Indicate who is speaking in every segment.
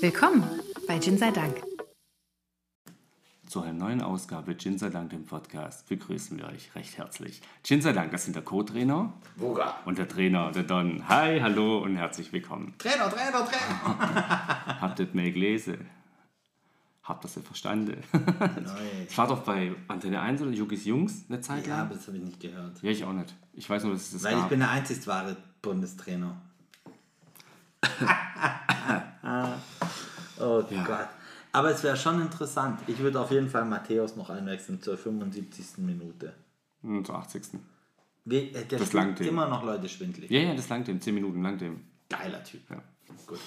Speaker 1: Willkommen bei Gin sei Dank.
Speaker 2: Zu einer neuen Ausgabe Gin sei Dank, dem Podcast, begrüßen wir euch recht herzlich. Gin sei Dank, das sind der Co-Trainer
Speaker 3: Boga.
Speaker 2: und der Trainer, der Don. Hi, hallo und herzlich willkommen.
Speaker 3: Trainer, Trainer, Trainer.
Speaker 2: Habt ihr mehr gelesen? Habt ihr es verstanden?
Speaker 3: Neu.
Speaker 2: Ich war doch bei Antenne 1 oder Jugis Jungs eine Zeit
Speaker 3: Ja,
Speaker 2: lang.
Speaker 3: aber das habe ich nicht gehört.
Speaker 2: Ja, ich auch nicht. Ich weiß nur, dass es das
Speaker 3: Weil ich
Speaker 2: gab.
Speaker 3: bin der einzig wahre Bundestrainer. oh Gott. Aber es wäre schon interessant. Ich würde auf jeden Fall Matthäus noch einwechseln zur 75. Minute.
Speaker 2: Hm, Zur 80.
Speaker 3: Wir, äh, der
Speaker 2: Das
Speaker 3: spielt
Speaker 2: langt ihm.
Speaker 3: immer noch Leute schwindlig.
Speaker 2: Ja, ja, das langt dem. 10 Minuten langt dem.
Speaker 3: Geiler Typ.
Speaker 2: Ja.
Speaker 3: Gut.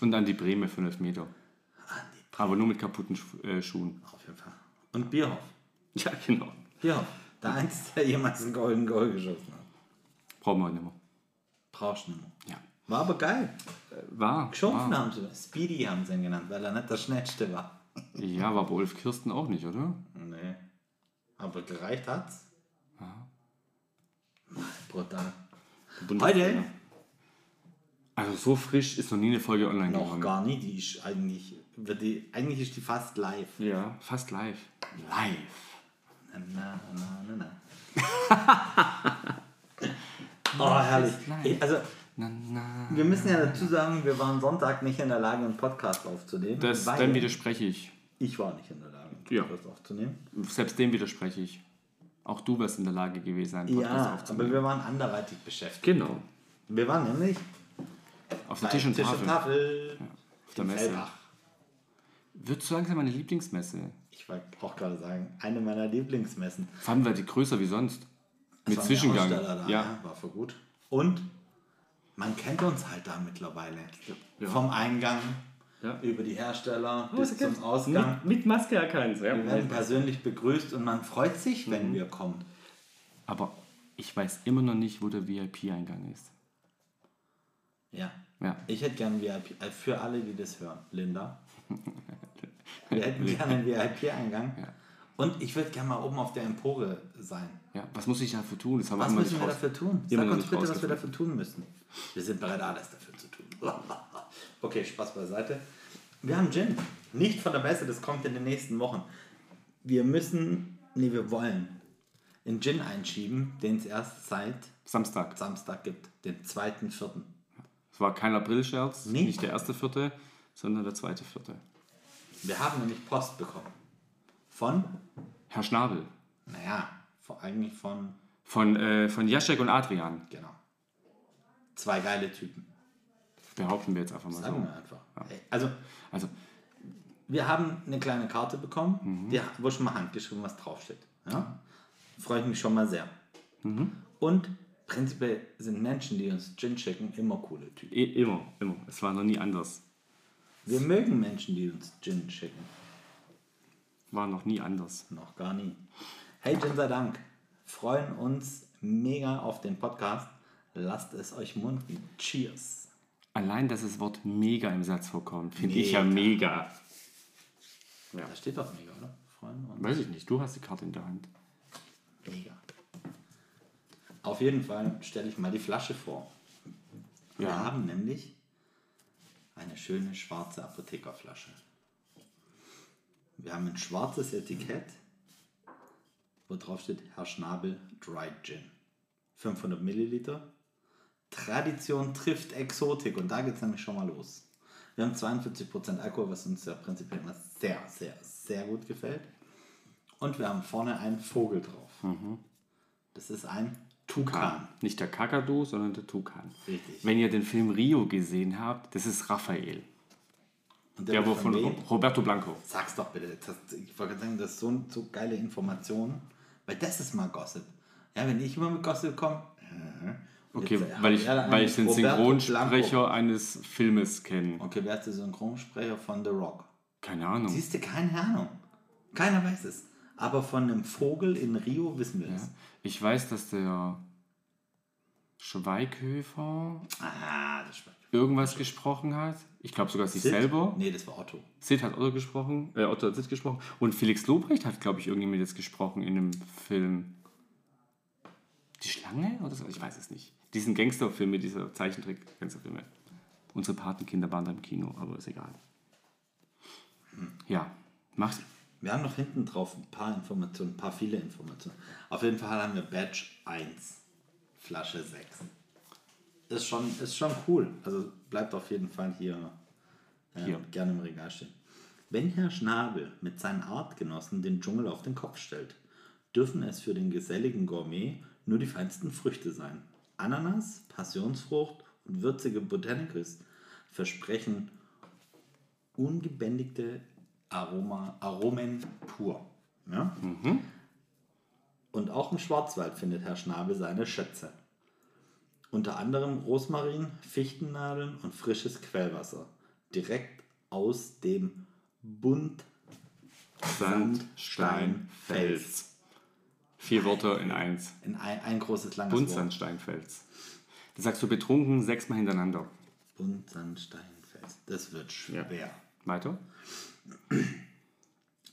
Speaker 2: Und an die Breme für 11 Meter.
Speaker 3: Andi,
Speaker 2: Aber nur mit kaputten Schu- äh, Schuhen.
Speaker 3: auf jeden Fall. Und Bierhoff.
Speaker 2: Ja, genau.
Speaker 3: Bierhoff. Der Einzige, der jemals einen Golden Goal geschossen hat.
Speaker 2: Brauchen wir heute nicht mehr.
Speaker 3: Brauchst du nicht mehr.
Speaker 2: Ja.
Speaker 3: War aber geil.
Speaker 2: War.
Speaker 3: Geschumpfen
Speaker 2: war.
Speaker 3: haben sie. Speedy haben sie ihn genannt, weil er nicht der Schnellste war.
Speaker 2: Ja, war bei Ulf Kirsten auch nicht, oder?
Speaker 3: Nee. Aber gereicht hat's. Brutal.
Speaker 2: Bundestrainer.
Speaker 3: Heute
Speaker 2: Also so frisch ist noch nie eine Folge online
Speaker 3: noch
Speaker 2: gegangen.
Speaker 3: gar nicht. Die ist eigentlich, wird die, eigentlich ist die fast live.
Speaker 2: Ja, fast live. Live.
Speaker 3: Na, na, na, na, na. oh, herrlich.
Speaker 2: live.
Speaker 3: Also,
Speaker 2: Na, na.
Speaker 3: wir müssen ja dazu sagen, wir waren Sonntag nicht in der Lage, einen Podcast aufzunehmen.
Speaker 2: Das,
Speaker 3: weil
Speaker 2: dem widerspreche ich.
Speaker 3: ich war nicht in der Lage, einen
Speaker 2: Ja.
Speaker 3: Podcast aufzunehmen.
Speaker 2: Selbst dem widerspreche ich. Auch du wärst in der Lage gewesen, einen Podcast
Speaker 3: Ja, aber
Speaker 2: aufzunehmen.
Speaker 3: wir waren anderweitig beschäftigt.
Speaker 2: genau.
Speaker 3: Wir waren nämlich
Speaker 2: Auf
Speaker 3: bei
Speaker 2: der Tisch und Tafel.
Speaker 3: Tafel.
Speaker 2: Auf der
Speaker 3: in
Speaker 2: Messe.
Speaker 3: Fellbach.
Speaker 2: Wird so langsam meine Lieblingsmesse.
Speaker 3: Ich wollte auch gerade sagen, eine meiner Lieblingsmessen.
Speaker 2: Vor allem war die größer wie sonst.
Speaker 3: Es
Speaker 2: Mit
Speaker 3: waren
Speaker 2: Zwischengang.
Speaker 3: mehr Aussteller Da,
Speaker 2: ja.
Speaker 3: ja. War für gut. Und man kennt uns halt da mittlerweile.
Speaker 2: Ja.
Speaker 3: Vom Eingang
Speaker 2: Ja. Hm?
Speaker 3: über die Hersteller
Speaker 2: Oh,
Speaker 3: bis zum Ausgang.
Speaker 2: Mit, mit Maske erkannt.
Speaker 3: Wir werden persönlich begrüßt und man freut sich, wenn
Speaker 2: Mhm.
Speaker 3: wir kommen.
Speaker 2: Aber ich weiß immer noch nicht, wo der VIP-Eingang ist.
Speaker 3: Ja.
Speaker 2: Ja.
Speaker 3: Ich hätte gerne VIP, äh, für alle, die das hören, Linda. Wir hätten gerne einen VIP-Eingang. Und ich würde gerne mal oben auf der Empore sein.
Speaker 2: Ja, was muss ich dafür tun? Das haben
Speaker 3: Was
Speaker 2: wir
Speaker 3: müssen wir
Speaker 2: immer
Speaker 3: dafür tun?
Speaker 2: Immer
Speaker 3: Sag
Speaker 2: noch
Speaker 3: uns
Speaker 2: nicht
Speaker 3: bitte, was wir
Speaker 2: rausgefunden.
Speaker 3: dafür tun müssen. Wir sind bereit, alles dafür zu tun. Okay, Spaß beiseite. Wir haben Gin. Nicht von der Messe, das kommt in den nächsten Wochen. Wir müssen, nee, wir wollen einen Gin einschieben, den es erst seit
Speaker 2: Samstag.
Speaker 3: Samstag gibt, den 2.4.
Speaker 2: Es war kein April-Scherz,
Speaker 3: Nee.
Speaker 2: nicht der erste Vierte, sondern der zweite Vierte.
Speaker 3: Wir haben nämlich Post bekommen. Von,
Speaker 2: Herr Schnabel
Speaker 3: naja, vor- eigentlich von,
Speaker 2: von, äh, von Jaschek und Adrian,
Speaker 3: genau, zwei geile Typen.
Speaker 2: behaupten wir jetzt einfach mal
Speaker 3: Sagen
Speaker 2: so.
Speaker 3: wir einfach. Ey, Also,
Speaker 2: Also,
Speaker 3: Wir haben eine kleine Karte bekommen, die, wo schon mal handgeschrieben was draufsteht. Ja? Freue ich mich schon mal sehr. Und prinzipiell sind Menschen, die uns Gin schicken, immer coole Typen.
Speaker 2: i- e, immer, immer. Es war noch nie anders.
Speaker 3: Wir mögen Menschen, die uns Gin schicken.
Speaker 2: War noch nie anders.
Speaker 3: Noch gar nie. Hey, Gin sei Dank. Freuen uns mega auf den Podcast. Lasst es euch munden. Cheers.
Speaker 2: Allein, dass das Wort mega im Satz vorkommt, finde ich
Speaker 3: Mega.
Speaker 2: ja mega.
Speaker 3: Da steht doch mega, oder? Freuen uns.
Speaker 2: Weiß ich nicht, du hast die Karte in der Hand.
Speaker 3: Mega. Auf jeden Fall stelle ich mal die Flasche vor. Wir
Speaker 2: Ja.
Speaker 3: haben nämlich eine schöne schwarze Apothekerflasche. Wir haben ein schwarzes Etikett, wo drauf steht Herr Schnabel Dry Gin. 500 Milliliter. Tradition trifft Exotik und da geht es nämlich schon mal los. Wir haben 42% Alkohol, was uns ja prinzipiell immer sehr, sehr, sehr gut gefällt. Und wir haben vorne einen Vogel drauf.
Speaker 2: Mhm.
Speaker 3: Das ist ein Tukan.
Speaker 2: Ah, Nicht der Kakadu, sondern der Tukan.
Speaker 3: Richtig.
Speaker 2: Wenn ihr den Film Rio gesehen habt, das ist Raphael.
Speaker 3: Und
Speaker 2: Der, wo
Speaker 3: wird
Speaker 2: von
Speaker 3: wem?
Speaker 2: Ro- Roberto Blanco.
Speaker 3: Sag's doch bitte. Das, ich wollte gerade sagen, das ist so, so geile Information. Weil das ist mal Gossip. Ja, wenn ich immer mit Gossip komme. äh,
Speaker 2: Okay,
Speaker 3: jetzt, äh,
Speaker 2: weil ich,
Speaker 3: ja, dann
Speaker 2: weil
Speaker 3: ist
Speaker 2: ich den
Speaker 3: Roberto Blanco.
Speaker 2: Synchronsprecher eines Filmes kenne.
Speaker 3: Okay, wer ist der Synchronsprecher von The Rock?
Speaker 2: Keine Ahnung.
Speaker 3: Siehst du, keine Ahnung. Keiner weiß es. Aber von einem Vogel in Rio wissen wir es.
Speaker 2: Ich weiß, dass der Schweighöfer
Speaker 3: Ah, das schmeckt.
Speaker 2: irgendwas gesprochen hat. Ich glaube sogar sich
Speaker 3: Sid?
Speaker 2: selber.
Speaker 3: Nee, das war Otto.
Speaker 2: Sid hat Otto gesprochen, äh, Otto hat Sid gesprochen. Und Felix Lobrecht hat, glaube ich, irgendjemand jetzt gesprochen in einem Film. Die Schlange oder so? Ich weiß es nicht. Diesen Gangsterfilme, dieser Zeichentrick-Gangsterfilme. Unsere Patenkinder waren da im Kino, aber ist egal. Ja, mach's.
Speaker 3: Wir haben noch hinten drauf ein paar Informationen, ein paar viele Informationen. Auf jeden Fall haben wir Badge 1, Flasche 6. Ist schon, ist schon cool. Also bleibt auf jeden Fall hier, äh,
Speaker 2: Hier.
Speaker 3: gerne im Regal stehen. Wenn Herr Schnabel mit seinen Artgenossen den Dschungel auf den Kopf stellt, dürfen es für den geselligen Gourmet nur die feinsten Früchte sein. Ananas, Passionsfrucht und würzige Botanicals versprechen ungebändigte Aroma, Aromen pur. Ja? Und auch im Schwarzwald findet Herr Schnabel seine Schätze. Unter anderem Rosmarin, Fichtennadeln und frisches Quellwasser. Direkt aus dem Bund
Speaker 2: Sand, Stein, Fels. Vier Wörter in eins.
Speaker 3: In ein, ein großes langes
Speaker 2: Bund,
Speaker 3: Wort.
Speaker 2: Sand, Stein, Fels. Das sagst du betrunken sechsmal hintereinander.
Speaker 3: Bund, Sand, Stein, Fels. Das wird schwer.
Speaker 2: Weiter?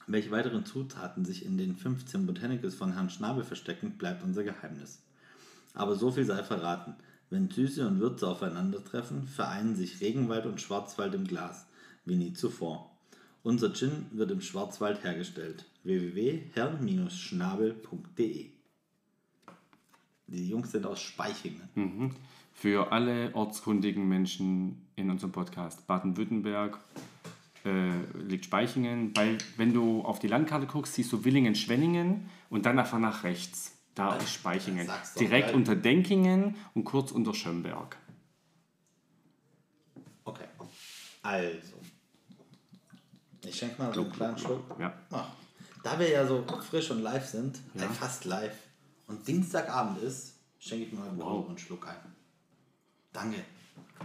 Speaker 3: Welche weiteren Zutaten sich in den 15 Botanicals von Herrn Schnabel verstecken, bleibt unser Geheimnis. Aber so viel sei verraten. Wenn Süße und Würze aufeinandertreffen, vereinen sich Regenwald und Schwarzwald im Glas, wie nie zuvor. Unser Gin wird im Schwarzwald hergestellt. www.herrn-schnabel.de Die Jungs sind aus ne? Speichingen.
Speaker 2: Für alle ortskundigen Menschen in unserem Podcast. Baden-Württemberg äh, liegt Speichingen. Weil, wenn du auf die Landkarte guckst, siehst du Willingen-Schwenningen und dann einfach nach rechts. Da ist Speichingen.
Speaker 3: sag's doch,
Speaker 2: Direkt
Speaker 3: geil.
Speaker 2: unter Denkingen und kurz unter Schönberg.
Speaker 3: Okay. Also. Ich schenke mal so einen kleinen Schluck.
Speaker 2: Ja.
Speaker 3: Ach, da wir ja so frisch und live sind,
Speaker 2: Ja.
Speaker 3: äh, fast live, und Dienstagabend ist, schenke ich mir mal
Speaker 2: Wow.
Speaker 3: wow. einen Schluck ein. Danke.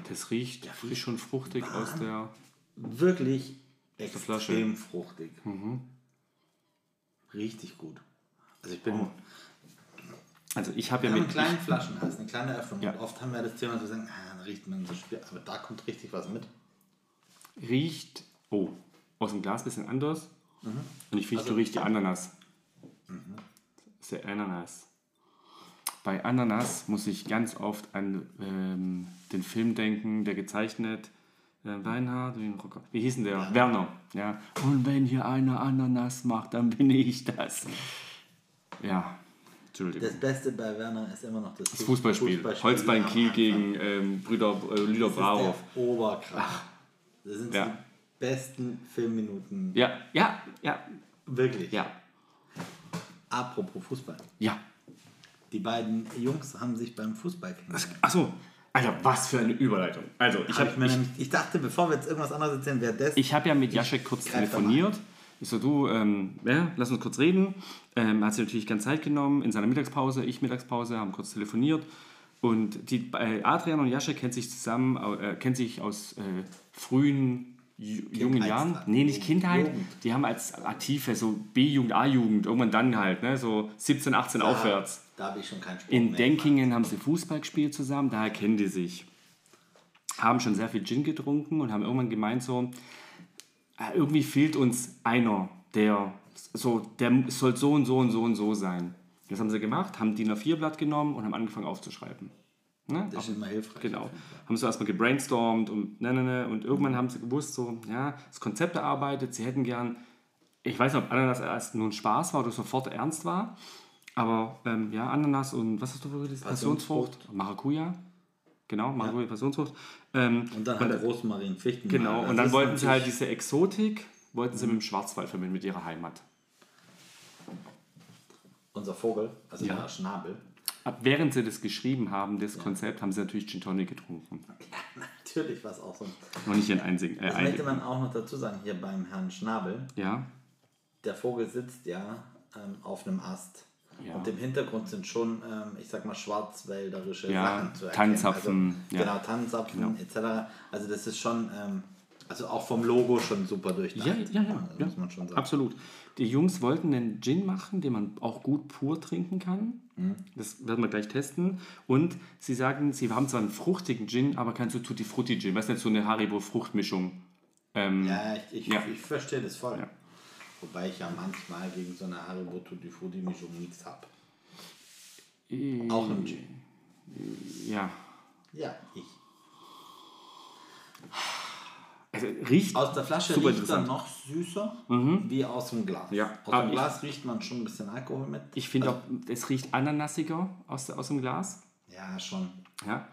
Speaker 2: Das riecht frisch und fruchtig aus der.
Speaker 3: Wirklich
Speaker 2: Flasche. Mhm.
Speaker 3: extrem fruchtig. Richtig gut. Also ich bin...
Speaker 2: Also, ich habe ja
Speaker 3: Wir haben
Speaker 2: mit.
Speaker 3: einen kleinen Flaschen, also eine kleine Öffnung.
Speaker 2: Ja.
Speaker 3: Und oft haben wir das Thema, dass wir sagen, ah, da riecht man so schwer. Aber da kommt richtig was mit.
Speaker 2: riecht, oh, aus dem Glas ein bisschen anders.
Speaker 3: Mhm.
Speaker 2: Und ich finde,
Speaker 3: Also
Speaker 2: du riechst die Ananas. Das ist der Ananas. Bei Ananas muss ich ganz oft an ähm, den Film denken, der gezeichnet. äh, Reinhard, wie- oh Gott, wie hieß denn der? Werner. Ja. Und wenn hier einer Ananas macht, dann bin ich das. Ja, Entschuldigung.
Speaker 3: Das Beste bei Werner ist immer noch das,
Speaker 2: Das Fußballspiel. Holzbein
Speaker 3: am
Speaker 2: Kiel
Speaker 3: Anfang.
Speaker 2: gegen ähm, Brüder äh, Lüder
Speaker 3: Das
Speaker 2: Brarow.
Speaker 3: ist der Oberkracher. Das sind
Speaker 2: Ja.
Speaker 3: die besten Filmminuten.
Speaker 2: Ja, ja, ja,
Speaker 3: Wirklich.
Speaker 2: ja,
Speaker 3: Apropos Fußball.
Speaker 2: ja.
Speaker 3: Die beiden Jungs haben sich beim Fußball kennengelernt.
Speaker 2: Achso, Alter, was für eine Überleitung. Also, ich
Speaker 3: Hab ich,
Speaker 2: habe
Speaker 3: mir
Speaker 2: ich,
Speaker 3: nämlich, ich dachte, bevor wir jetzt irgendwas anderes erzählen, wäre das.
Speaker 2: ich hab ja mit Jaschek kurz
Speaker 3: greif da mal
Speaker 2: telefoniert. Ich so, du, ähm, ja, lass uns kurz reden. Ähm, hat sich natürlich ganz Zeit genommen in seiner Mittagspause, ich Mittagspause, haben kurz telefoniert. Und die, äh, Adrian und Jaschek kennen sich zusammen, äh, kennen sich aus äh, frühen, ju- jungen Jahren.
Speaker 3: Kindheitstagen.
Speaker 2: Nee, nicht Kindheit.
Speaker 3: Jugend.
Speaker 2: Die haben als Aktive, so B-Jugend, A-Jugend, irgendwann dann halt, ne, so 17, 18
Speaker 3: da,
Speaker 2: aufwärts.
Speaker 3: Da habe ich schon keinen Sport
Speaker 2: In
Speaker 3: mehr.
Speaker 2: Denkingen haben sie Fußball gespielt zusammen, daher kennen die sich. Haben schon sehr viel Gin getrunken und haben irgendwann gemeint, so, "Ah, irgendwie fehlt uns einer, der, so, der soll so und so und so und so sein. Das haben sie gemacht, haben DIN A4-Blatt genommen und haben angefangen aufzuschreiben. Ne?
Speaker 3: Das ist immer hilfreich.
Speaker 2: Genau. Haben so erstmal gebrainstormt und ne, ne, ne. Und irgendwann haben sie gewusst, so, ja, das Konzept erarbeitet, sie hätten gern, ich weiß nicht, ob Ananas erst nur ein Spaß war oder sofort ernst war, aber ähm, ja, Ananas und was hast du vorgelesen? Passionsfrucht.
Speaker 3: Passionsfrucht.
Speaker 2: Maracuja. Genau, Maracuja, Passionsfrucht. Ähm,
Speaker 3: Und dann halt Rosmarin Fichten.
Speaker 2: genau,
Speaker 3: Das
Speaker 2: und dann
Speaker 3: ist
Speaker 2: wollten sie halt
Speaker 3: natürlich- Mhm.
Speaker 2: diese Exotik, wollten sie mit dem Schwarzwald verbinden, mit ihrer Heimat.
Speaker 3: Unser Vogel, also
Speaker 2: Ja.
Speaker 3: der Schnabel.
Speaker 2: Ab, während sie das geschrieben haben, das Konzept, haben sie natürlich Gin Tonic getrunken.
Speaker 3: Natürlich was auch so.
Speaker 2: Noch nicht in einzigen. Äh,
Speaker 3: Das Also möchte
Speaker 2: einzigen.
Speaker 3: man auch noch dazu sagen, hier beim Herrn Schnabel.
Speaker 2: Ja,
Speaker 3: der Vogel sitzt ja ähm, auf einem Ast.
Speaker 2: Ja.
Speaker 3: Und im Hintergrund sind schon, ähm, ich sag mal, schwarzwälderische
Speaker 2: Ja,
Speaker 3: Sachen zu erkennen.
Speaker 2: Tannenzapfen,
Speaker 3: Also,
Speaker 2: ja.
Speaker 3: Genau, Tannenzapfen etc. Also das ist schon, ähm, also auch vom Logo schon super
Speaker 2: Ja,
Speaker 3: durchdacht.
Speaker 2: ja, ja.
Speaker 3: Also
Speaker 2: ja.
Speaker 3: Muss man schon sagen.
Speaker 2: Absolut. Die Jungs wollten einen Gin machen, den man auch gut pur trinken kann.
Speaker 3: Mhm.
Speaker 2: Das werden wir gleich testen. Und sie sagen, sie haben zwar einen fruchtigen Gin, aber keinen so Tutti Frutti Gin. Weißt du, nicht, so eine Haribo-Fruchtmischung.
Speaker 3: Ja, ich, ich,
Speaker 2: Ja.
Speaker 3: ich verstehe das voll.
Speaker 2: Ja.
Speaker 3: Wobei ich ja manchmal gegen so eine Haribo Tutti Frutti Mischung nichts habe.
Speaker 2: Äh,
Speaker 3: Auch im Gin.
Speaker 2: Ja.
Speaker 3: Ja, ich.
Speaker 2: Es Also riecht.
Speaker 3: Aus der Flasche
Speaker 2: Super
Speaker 3: riecht er
Speaker 2: interessant. Mhm.
Speaker 3: noch süßer wie aus dem Glas.
Speaker 2: Ja,
Speaker 3: Aus
Speaker 2: aber
Speaker 3: dem
Speaker 2: ich-
Speaker 3: Glas riecht man schon ein bisschen Alkohol mit. Also,
Speaker 2: Ich finde auch, es riecht ananassiger aus, aus dem Glas.
Speaker 3: Ja, schon.
Speaker 2: Ja?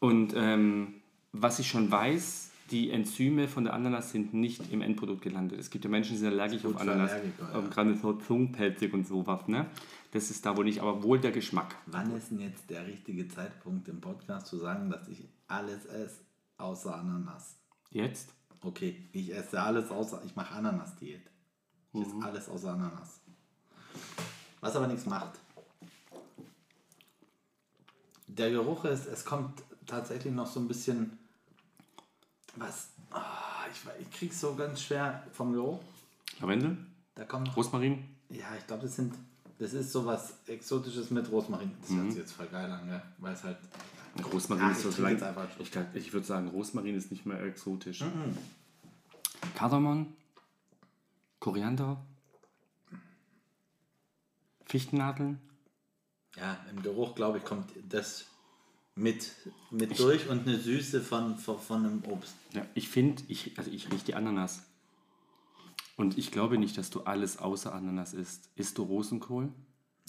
Speaker 2: Und ähm, was ich schon weiß, die Enzyme von der Ananas sind nicht im Endprodukt gelandet. Es gibt ja Menschen, die sind allergisch
Speaker 3: Gut
Speaker 2: auf
Speaker 3: für
Speaker 2: Ananas.
Speaker 3: Allergiker, ja.
Speaker 2: Ähm, Gerade so zungenpelzig und sowas. Ne? Das ist da wohl nicht, aber wohl der Geschmack.
Speaker 3: Wann ist denn jetzt der richtige Zeitpunkt im Podcast zu sagen, dass ich alles esse außer Ananas?
Speaker 2: Jetzt?
Speaker 3: Okay, ich esse alles außer, ich mache Ananas-Diät. Ich esse alles außer Ananas. Was aber nichts macht. Der Geruch ist, es kommt tatsächlich noch so ein bisschen was. ah, ich, we- ich krieg's so ganz schwer vom Geruch.
Speaker 2: Lavendel?
Speaker 3: Da kommt noch.
Speaker 2: Rosmarin?
Speaker 3: Ja, ich glaube, das sind. Das ist sowas Exotisches mit Rosmarin. Das hört sich jetzt voll geil an, gell? Weil es halt.
Speaker 2: Rosmarin
Speaker 3: Ja,
Speaker 2: ist
Speaker 3: ich
Speaker 2: so
Speaker 3: trinke jetzt
Speaker 2: leicht.
Speaker 3: einfach einen Schluck.
Speaker 2: Ich, glaub, ich würde sagen, Rosmarin ist nicht mehr exotisch. Kardamom, Koriander, Fichtennadeln.
Speaker 3: Ja, im Geruch, glaube ich, kommt das mit, mit durch und eine Süße von, von, von einem Obst.
Speaker 2: Ja, ich finde, ich, also ich rieche die Ananas. Und ich glaube nicht, dass du alles außer Ananas isst. Isst du Rosenkohl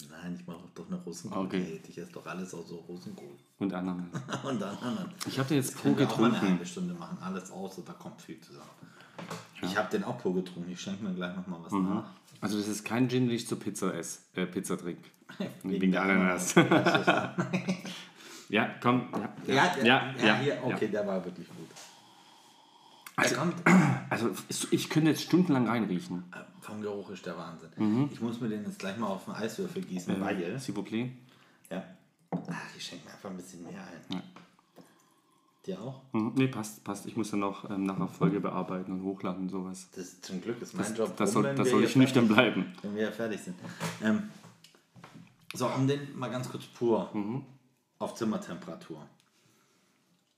Speaker 3: Nein, ich mache doch eine Rosenkohl.
Speaker 2: Okay.
Speaker 3: Okay. Ich esse doch alles außer Rosenkohl.
Speaker 2: und Ananas?
Speaker 3: Und dann anderen.
Speaker 2: Ich habe dir jetzt
Speaker 3: Können
Speaker 2: pur
Speaker 3: wir auch mal eine halbe
Speaker 2: getrunken.
Speaker 3: Stunde machen. Alles außer, da kommt viel zusammen. Ich habe den auch pur getrunken. Ich schenke mir gleich nochmal was nach.
Speaker 2: Also das ist kein Gin, den ich zur Pizza ess, äh, Pizza trink. Wegen,
Speaker 3: Wegen
Speaker 2: der
Speaker 3: der
Speaker 2: Ananas. ja, komm. Ja,
Speaker 3: Ja, der, ja,
Speaker 2: ja,
Speaker 3: hier,
Speaker 2: ja.
Speaker 3: okay, der war wirklich gut.
Speaker 2: Also-
Speaker 3: Der kommt, äh,
Speaker 2: Also ist- ich könnte jetzt stundenlang reinriechen.
Speaker 3: vom Geruch ist der Wahnsinn.
Speaker 2: Mhm.
Speaker 3: Ich muss mir den jetzt gleich mal auf einen Eiswürfel gießen,
Speaker 2: äh,
Speaker 3: weil.
Speaker 2: S'il vous plaît.
Speaker 3: Ja. Ach, ich schenke mir einfach ein bisschen mehr ein. Dir auch?
Speaker 2: Mhm. Nee, passt, passt. Ich muss dann noch ähm, nachher Folge bearbeiten und hochladen und sowas.
Speaker 3: Das, zum Glück ist mein Job.
Speaker 2: Das
Speaker 3: rum,
Speaker 2: soll,
Speaker 3: wenn
Speaker 2: das
Speaker 3: wir
Speaker 2: soll
Speaker 3: hier
Speaker 2: ich nüchtern
Speaker 3: fertig-
Speaker 2: bleiben.
Speaker 3: Wenn wir fertig sind. Ähm, so, um den mal ganz kurz pur
Speaker 2: Mhm.
Speaker 3: auf Zimmertemperatur.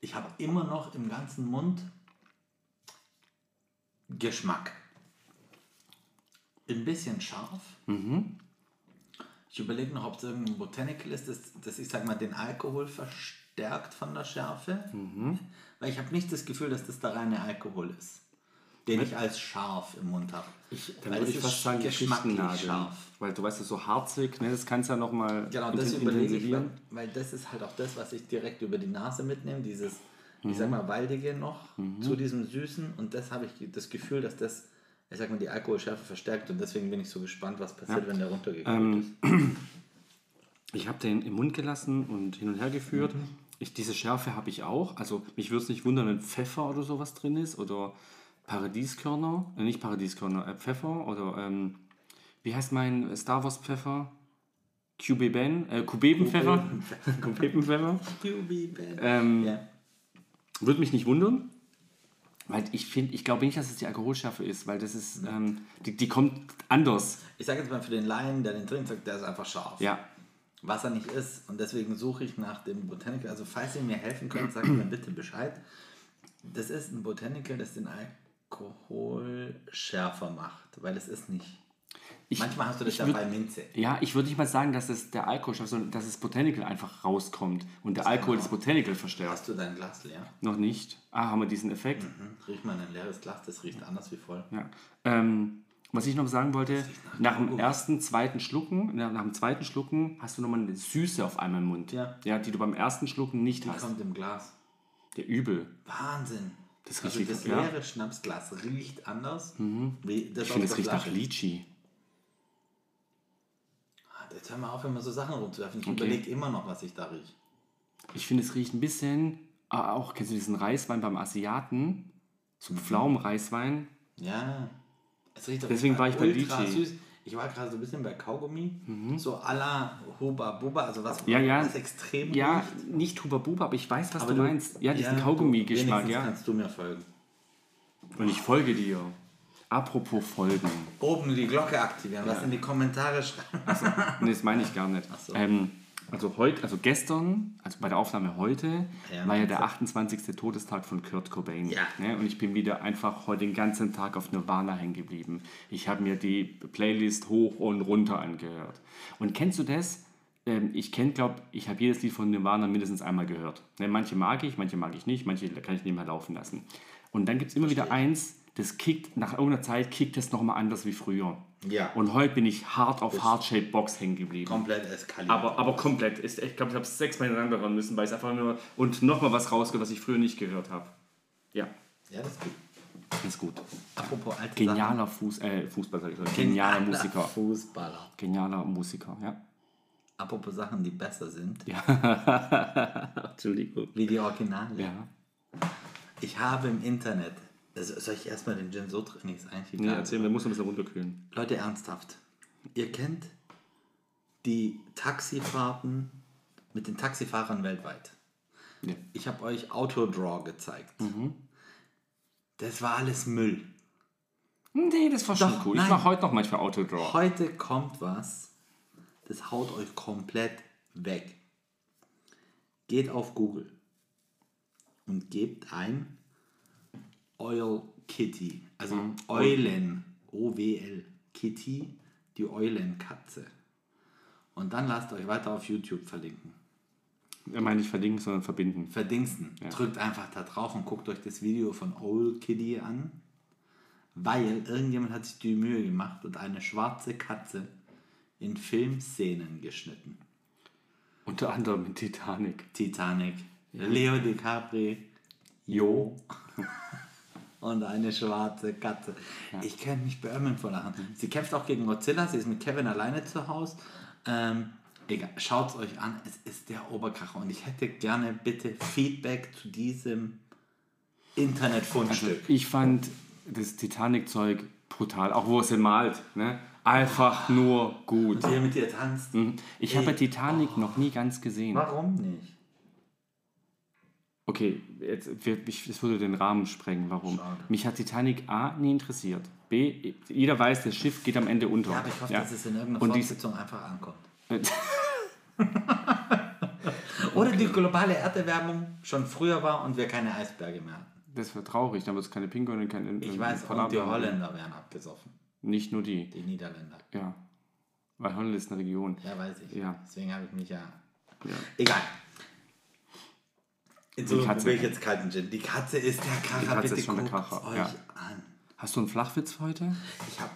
Speaker 3: Ich habe immer noch im ganzen Mund Geschmack. Ein bisschen scharf.
Speaker 2: Mhm.
Speaker 3: Ich überlege noch, ob es irgendein Botanical ist, das, das ich sag mal den Alkohol verstärkt von der Schärfe.
Speaker 2: Mhm.
Speaker 3: Weil ich habe nicht das Gefühl, dass das der reine Alkohol ist, den ich als scharf im Mund habe.
Speaker 2: Dann würde ich fast sagen, Geschichtennadel. Weil du weißt, das ist so harzig, ne? das kannst du ja nochmal
Speaker 3: Genau, das überlege ich, weil, weil das ist halt auch das, was ich direkt über die Nase mitnehme, dieses, ich
Speaker 2: Mhm.
Speaker 3: sag mal, waldige noch zu diesem Süßen und das habe ich das Gefühl, dass das, ich sag mal, die Alkoholschärfe verstärkt und deswegen bin ich so gespannt, was passiert, wenn der runtergegangen
Speaker 2: Ich habe den im Mund gelassen und hin und her geführt.
Speaker 3: Mhm.
Speaker 2: Ich, diese Schärfe habe ich auch. Also mich würde es nicht wundern, wenn Pfeffer oder sowas drin ist oder Paradieskörner. Äh, nicht Paradieskörner, äh, Pfeffer oder ähm, wie heißt mein Star Wars Pfeffer? Cubeben, äh, Kubebenpfeffer. Kubebenpfeffer.
Speaker 3: ist.
Speaker 2: Ähm,
Speaker 3: ja.
Speaker 2: Würde mich nicht wundern, weil ich finde, ich glaube nicht, dass es die Alkoholschärfe ist, weil das ist, ähm, die, die kommt anders.
Speaker 3: Ich sage jetzt mal für den Laien, der den trinkt, sagt, der ist einfach scharf.
Speaker 2: Ja,
Speaker 3: was er nicht ist. Und deswegen suche ich nach dem Botanical. Also falls ihr mir helfen könnt, sagt mir bitte Bescheid. Das ist ein Botanical, das den Alkohol schärfer macht, weil es ist nicht.
Speaker 2: Ich-
Speaker 3: Manchmal hast du das
Speaker 2: ich
Speaker 3: ja
Speaker 2: würd-
Speaker 3: bei Minze.
Speaker 2: Ja, ich würde nicht mal sagen, dass es der Alkohol schafft, sondern dass es Botanical einfach rauskommt und der Alkohol das Botanical verstärkt.
Speaker 3: Hast du dein Glas leer?
Speaker 2: Noch nicht. Ah, haben wir diesen Effekt?
Speaker 3: Hm? Riech mal in ein leeres Glas, das riecht anders wie voll.
Speaker 2: Ja. Ähm, was ich noch sagen wollte, nach dem ersten, zweiten Schlucken, na- nach dem zweiten Schlucken hast du nochmal eine Süße auf einmal im Mund.
Speaker 3: Ja.
Speaker 2: ja die du beim ersten Schlucken nicht
Speaker 3: Die
Speaker 2: hast.
Speaker 3: kommt im Glas.
Speaker 2: Der Übel.
Speaker 3: Wahnsinn.
Speaker 2: Das riecht
Speaker 3: also
Speaker 2: wie-
Speaker 3: das
Speaker 2: ja.
Speaker 3: leere Schnapsglas riecht anders. Wie das
Speaker 2: Ich finde, das
Speaker 3: aus
Speaker 2: riecht
Speaker 3: der
Speaker 2: nach
Speaker 3: Flasche.
Speaker 2: Litchi.
Speaker 3: Ah, Jetzt hör mal auf, immer so Sachen rumzuwerfen. Ich
Speaker 2: Okay.
Speaker 3: überlege immer noch, was ich da rieche.
Speaker 2: Ich finde, es riecht ein bisschen, ah, auch, kennst du diesen Reiswein beim Asiaten? So Pflaumenreiswein.
Speaker 3: Ja. Es riecht auf
Speaker 2: Deswegen
Speaker 3: jeden
Speaker 2: war
Speaker 3: Fall
Speaker 2: ich bei
Speaker 3: ultra
Speaker 2: Lychee.
Speaker 3: Süß. Ich war gerade so ein bisschen bei Kaugummi. So à la Huba Buba, also was,
Speaker 2: Ja, ja.
Speaker 3: was extrem
Speaker 2: Ja,
Speaker 3: riecht.
Speaker 2: nicht Huba Buba, aber ich weiß, was du
Speaker 3: du-
Speaker 2: meinst. Ja, diesen
Speaker 3: du-
Speaker 2: Kaugummi-Geschmack,
Speaker 3: wenigstens
Speaker 2: ja.
Speaker 3: kannst du mir folgen.
Speaker 2: Und ich folge dir. Apropos Folgen.
Speaker 3: Oben die Glocke aktivieren, was in die Kommentare schreiben.
Speaker 2: Nee, das meine ich gar nicht. Ähm, also heute, also gestern, also bei der Aufnahme heute,
Speaker 3: Ja.
Speaker 2: war ja der 28. Todestag von Kurt Cobain.
Speaker 3: Ja.
Speaker 2: Ne? Und ich bin wieder einfach heute den ganzen Tag auf Nirvana hängen geblieben. Ich habe mir die Playlist hoch und runter angehört. Und kennst du das? Ähm, Ich kenne, glaube ich, habe jedes Lied von Nirvana mindestens einmal gehört. Ne, Manche mag ich, manche mag ich nicht, manche kann ich nebenher laufen lassen. Und dann gibt es immer wieder eins, das kickt, nach irgendeiner Zeit kickt das nochmal anders wie früher.
Speaker 3: Ja.
Speaker 2: Und heute bin ich hart auf Heart-Shaped Box hängen geblieben.
Speaker 3: komplett eskaliert.
Speaker 2: Aber, aber komplett. Ist, echt- ich glaube, ich habe es sechsmal hintereinander hören müssen, weil es einfach nur. Und nochmal was rausgehört, was ich früher nicht gehört habe. Ja,
Speaker 3: ja, das ist gut.
Speaker 2: ist gut.
Speaker 3: Apropos alte Sachen.
Speaker 2: Genialer Fuß, äh, Fußball, sag ich schon. Genialer Musiker.
Speaker 3: Fußballer.
Speaker 2: Genialer Musiker, ja.
Speaker 3: Apropos Sachen, die besser sind,
Speaker 2: Entschuldigung.
Speaker 3: wie die Originale.
Speaker 2: Ja.
Speaker 3: Ich habe im Internet, also soll ich erstmal den Gin so drin? Nee, ist eigentlich
Speaker 2: Nee,
Speaker 3: egal.
Speaker 2: erzähl, wir müssen ein bisschen runterkühlen.
Speaker 3: Leute, ernsthaft. Ihr kennt die Taxifahrten mit den Taxifahrern weltweit.
Speaker 2: Ja.
Speaker 3: Ich habe euch Autodraw gezeigt.
Speaker 2: Mhm.
Speaker 3: Das war alles Müll.
Speaker 2: Nee, das war schon
Speaker 3: Doch,
Speaker 2: cool.
Speaker 3: nein.
Speaker 2: Ich mache heute noch manchmal Autodraw.
Speaker 3: Heute kommt was, das haut euch komplett weg. Geht auf Google und gebt ein Oil Kitty, also Eulen, O-W-L, Kitty, die Eulenkatze. Und dann lasst euch weiter auf YouTube verlinken.
Speaker 2: Ich meine nicht verlinken, sondern verbinden.
Speaker 3: Verdingsten. Drückt einfach da drauf und guckt euch das Video von Owl Kitty an. Weil irgendjemand hat sich die Mühe gemacht und eine schwarze Katze in Filmszenen geschnitten.
Speaker 2: Unter anderem in Titanic.
Speaker 3: Titanic, Leo DiCaprio, Jo und eine schwarze Katze. Ich kann mich beömmeln vor Lachen. Sie kämpft auch gegen Godzilla, sie ist mit Kevin alleine zu Hause. Ähm, egal, schaut es euch an, es ist der Oberkracher. Und ich hätte gerne bitte Feedback zu diesem Internetfundstück.
Speaker 2: Ich fand das Titanic-Zeug brutal, auch wo es sie malt. Ne? Einfach nur gut.
Speaker 3: Und hier mit dir tanzt.
Speaker 2: Ich habe Titanic noch nie ganz gesehen.
Speaker 3: Warum nicht?
Speaker 2: Okay, jetzt, wir, ich, das würde den Rahmen sprengen. Warum?
Speaker 3: Schade.
Speaker 2: Mich hat Titanic A nie interessiert. B, jeder weiß, das Schiff geht am Ende unter.
Speaker 3: Ja, aber ich hoffe, dass es in irgendeiner
Speaker 2: Und dies,
Speaker 3: Fortsetzung einfach ankommt. Oder die globale Erderwärmung schon früher war und wir keine Eisberge mehr hatten.
Speaker 2: Das wäre traurig, dann wird es keine Pinguine, keine.
Speaker 3: Ich weiß, und die Holländer wären abgesoffen.
Speaker 2: Nicht nur die.
Speaker 3: Die Niederländer.
Speaker 2: Ja. Weil Holland ist eine Region.
Speaker 3: Ja, weiß ich.
Speaker 2: Ja.
Speaker 3: Deswegen habe ich mich ja.
Speaker 2: Ja.
Speaker 3: Egal. So
Speaker 2: Die Katze-
Speaker 3: probiere ich jetzt kalten Gin. Die Katze ist der Kracher.
Speaker 2: Katze
Speaker 3: Bitte
Speaker 2: ist schon der
Speaker 3: guckt's
Speaker 2: Kracher,
Speaker 3: euch
Speaker 2: ja.
Speaker 3: an.
Speaker 2: Hast du einen Flachwitz für heute?
Speaker 3: Ich habe.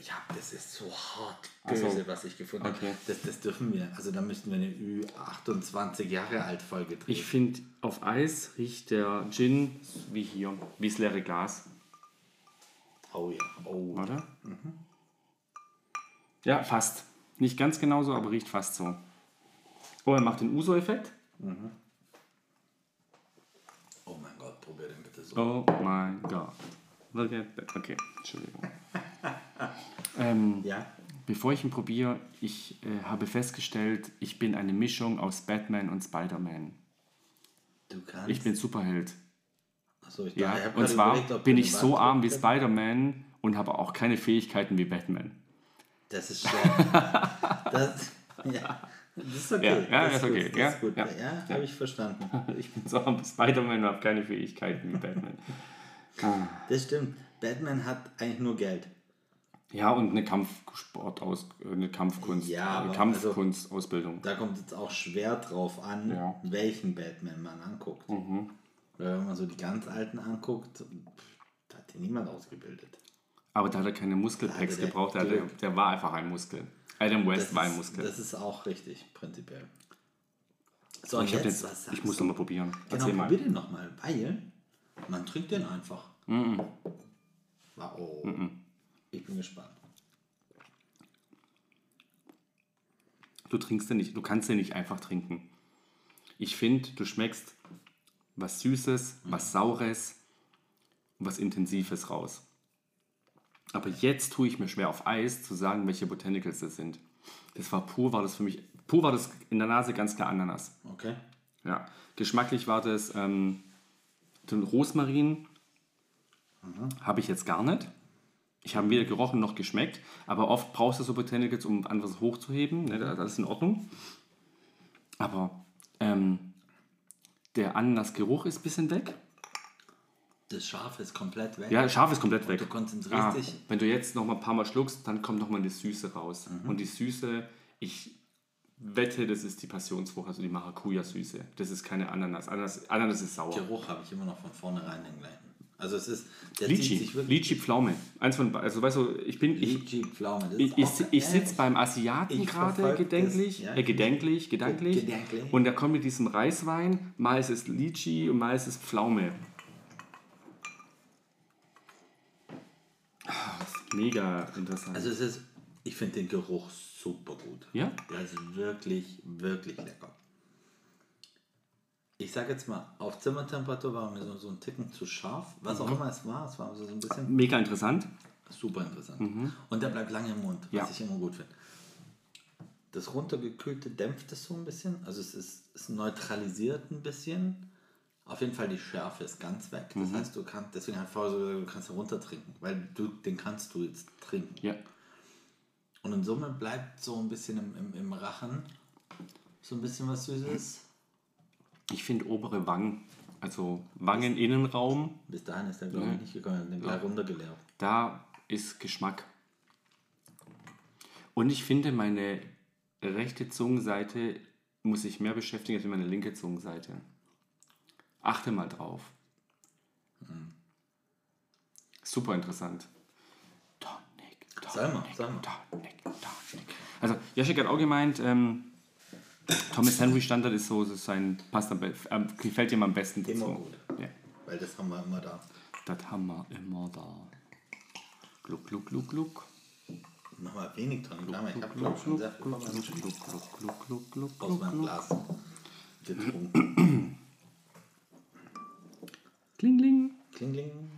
Speaker 3: Ich habe, das ist so hart
Speaker 2: Ach so.
Speaker 3: böse, was ich gefunden
Speaker 2: Okay.
Speaker 3: habe. Das, das dürfen wir. Also da müssten wir eine Ü28 Jahre alt Folge drehen.
Speaker 2: Ich finde, auf Eis riecht der Gin wie hier, wie das leere Glas.
Speaker 3: oh ja. Oh.
Speaker 2: Warte. Mhm. Ja, fast. Nicht ganz genauso, aber riecht fast so. Oh, er macht den Uso-Effekt.
Speaker 3: oh mein Gott, probier den bitte so.
Speaker 2: Oh mein Gott. Look at that. Okay, Entschuldigung. ähm,
Speaker 3: Ja.
Speaker 2: bevor ich ihn probiere, ich äh, habe festgestellt, ich bin eine Mischung aus Batman und Spider-Man.
Speaker 3: Du kannst.
Speaker 2: Ich bin Superheld.
Speaker 3: Achso, ich
Speaker 2: Ja,
Speaker 3: ich hab
Speaker 2: und
Speaker 3: gerade
Speaker 2: zwar
Speaker 3: überlegt, ob
Speaker 2: bin
Speaker 3: du
Speaker 2: ich
Speaker 3: den
Speaker 2: so
Speaker 3: Wald-
Speaker 2: arm wie Spider-Man und habe auch keine Fähigkeiten wie Batman.
Speaker 3: Das ist schwer. das, ja, das ist okay.
Speaker 2: Ja, ja,
Speaker 3: das
Speaker 2: ist okay,
Speaker 3: Gut, das
Speaker 2: ja,
Speaker 3: ist gut.
Speaker 2: ja.
Speaker 3: Ja, habe ich verstanden.
Speaker 2: Ich bin so arm wie Spider-Man und habe keine Fähigkeiten wie Batman.
Speaker 3: Das stimmt. Batman hat eigentlich nur Geld.
Speaker 2: Ja, und eine Kampfsport aus, äh, eine Kampfkunst,
Speaker 3: Ja, aber
Speaker 2: eine
Speaker 3: also-
Speaker 2: Kampfkunstausbildung.
Speaker 3: Da kommt jetzt auch schwer drauf an,
Speaker 2: Ja. Mhm.
Speaker 3: welchen Batman man anguckt. Weil wenn man so die ganz alten anguckt, pff, da hat die niemand ausgebildet.
Speaker 2: Aber da hat er keine Muskelpacks
Speaker 3: Da hatte der
Speaker 2: gebraucht, der, hatte,
Speaker 3: Glück.
Speaker 2: der war einfach ein Muskel. Adam West
Speaker 3: Das
Speaker 2: war ein
Speaker 3: ist-
Speaker 2: Muskel.
Speaker 3: Das ist auch richtig, prinzipiell. So,
Speaker 2: ich,
Speaker 3: und
Speaker 2: hab jetzt,
Speaker 3: jetzt, was sagst
Speaker 2: ich muss
Speaker 3: du?
Speaker 2: nochmal probieren.
Speaker 3: Genau,
Speaker 2: Erzähl mal.
Speaker 3: probier den nochmal, weil man trinkt den einfach.
Speaker 2: Mhm.
Speaker 3: Wow. Ich bin gespannt.
Speaker 2: Du trinkst den nicht, du kannst den nicht einfach trinken. Ich finde, du schmeckst was Süßes,
Speaker 3: Mhm.
Speaker 2: was Saures, was Intensives raus. Aber jetzt tue ich mir schwer auf Eis zu sagen, welche Botanicals das sind. Das war pur, war das für mich, pur war das in der Nase ganz klar Ananas.
Speaker 3: Okay.
Speaker 2: Ja, geschmacklich war das ähm, den Rosmarin
Speaker 3: Mhm.
Speaker 2: habe ich jetzt gar nicht. Ich habe weder gerochen noch geschmeckt, aber oft brauchst du so Botanicals, um anderes hochzuheben. Ne? Das ist alles in Ordnung. Aber ähm, der Ananasgeruch ist ein bisschen weg.
Speaker 3: Das Schaf ist komplett weg.
Speaker 2: Ja, scharf ist komplett weg.
Speaker 3: Du konzentrierst
Speaker 2: Ah,
Speaker 3: dich.
Speaker 2: wenn du jetzt noch mal ein paar Mal schluckst, dann kommt noch mal eine Süße raus.
Speaker 3: Mhm.
Speaker 2: Und die Süße, ich wette, das ist die Passionsfrucht, also die Maracuja-Süße. Das ist keine Ananas. Ananas, Ananas ist sauer.
Speaker 3: Geruch habe ich immer noch von vornherein den gleichen. Also es ist, der zieht
Speaker 2: Litchi.
Speaker 3: sich wirklich.
Speaker 2: Litchi Pflaume. Eins von, be- also weißt du, ich bin, ich,
Speaker 3: Litchi, Pflaume. Das
Speaker 2: ich,
Speaker 3: ist
Speaker 2: ich,
Speaker 3: auch-
Speaker 2: ich
Speaker 3: ja,
Speaker 2: sitze beim Asiaten
Speaker 3: ich
Speaker 2: gerade
Speaker 3: verfolg
Speaker 2: gedenklich,
Speaker 3: das, ja.
Speaker 2: äh, gedenklich, gedanklich,
Speaker 3: Gedanklich.
Speaker 2: und der kommt mit diesem Reiswein, mal ist es Litchi und mal ist es Pflaume. Ah, das ist Mega interessant.
Speaker 3: Also es ist, ich finde den Geruch super gut.
Speaker 2: Ja?
Speaker 3: Der ist wirklich, wirklich lecker. Ich sag jetzt mal, auf Zimmertemperatur war mir so, so ein Ticken zu scharf. Was
Speaker 2: Mhm.
Speaker 3: auch immer es war, es war so ein bisschen
Speaker 2: Mega interessant.
Speaker 3: super interessant. Und der bleibt lange im Mund, was
Speaker 2: Ja.
Speaker 3: ich immer gut finde. Das runtergekühlte dämpft es so ein bisschen. Also es, ist, es neutralisiert ein bisschen. Auf jeden Fall die Schärfe ist ganz weg. Das heißt, du kannst, deswegen hat vorher so gesagt, du kannst runtertrinken, weil du, den kannst du jetzt trinken.
Speaker 2: Ja.
Speaker 3: Und in Summe bleibt so ein bisschen im, im, im Rachen so ein bisschen was Süßes.
Speaker 2: Ich finde obere Wangen, also Wangeninnenraum,
Speaker 3: Bis dahin ist er, glaube ich, nicht gekommen. Er hat den gleich runtergeleert.
Speaker 2: da ist Geschmack. Und ich finde, meine rechte Zungenseite muss sich mehr beschäftigen als meine linke Zungenseite. Achte mal drauf.
Speaker 3: Mhm.
Speaker 2: Super interessant. Tonic, Tonic,
Speaker 3: Sag mal, sag mal.
Speaker 2: Tonic, Tonic. Also, Jaschik hat auch gemeint, ähm, Thomas Henry Standard ist so, so sein, passt am, be- ähm, gefällt ihm am besten dazu.
Speaker 3: Immer gut.
Speaker 2: Ja.
Speaker 3: Weil das haben wir immer da.
Speaker 2: Das haben wir immer da. Gluck, gluck, gluck, gluck.
Speaker 3: Mach mal wenig dran. Klar, ich habe,
Speaker 2: Gluck,
Speaker 3: glaube ich, schon
Speaker 2: gluck,
Speaker 3: sehr
Speaker 2: gluck,
Speaker 3: viel
Speaker 2: gluck,
Speaker 3: bekommen.
Speaker 2: gluck, gluck, gluck, gluck,
Speaker 3: aus meinem
Speaker 2: gluck.
Speaker 3: Glas getrunken.
Speaker 2: Kling, kling.
Speaker 3: Kling, kling.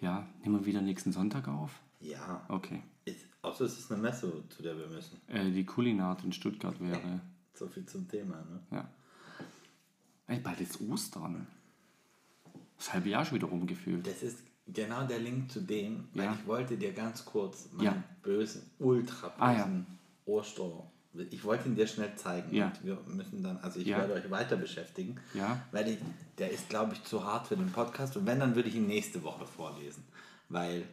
Speaker 2: Ja, nehmen wir wieder nächsten Sonntag auf.
Speaker 3: Ja.
Speaker 2: Okay.
Speaker 3: Ist, außer es ist eine Messe, zu der wir müssen.
Speaker 2: Äh, die Kulinart in Stuttgart wäre.
Speaker 3: So viel zum Thema, ne?
Speaker 2: Ja. Ey, bald ist Ostern. Das halbe Jahr schon wieder rumgefühlt.
Speaker 3: Das ist genau der Link zu dem, weil
Speaker 2: Ja.
Speaker 3: ich wollte dir ganz kurz meinen
Speaker 2: Ja.
Speaker 3: bösen, ultra
Speaker 2: Ah, ja.
Speaker 3: bösen Ohrstor. Ich wollte ihn dir schnell zeigen.
Speaker 2: Ja.
Speaker 3: Und wir müssen dann, also ich
Speaker 2: Ja.
Speaker 3: werde euch weiter beschäftigen.
Speaker 2: Ja.
Speaker 3: Weil ich, der ist, glaube ich, zu hart für den Podcast. Und wenn, dann würde ich ihn nächste Woche vorlesen. Weil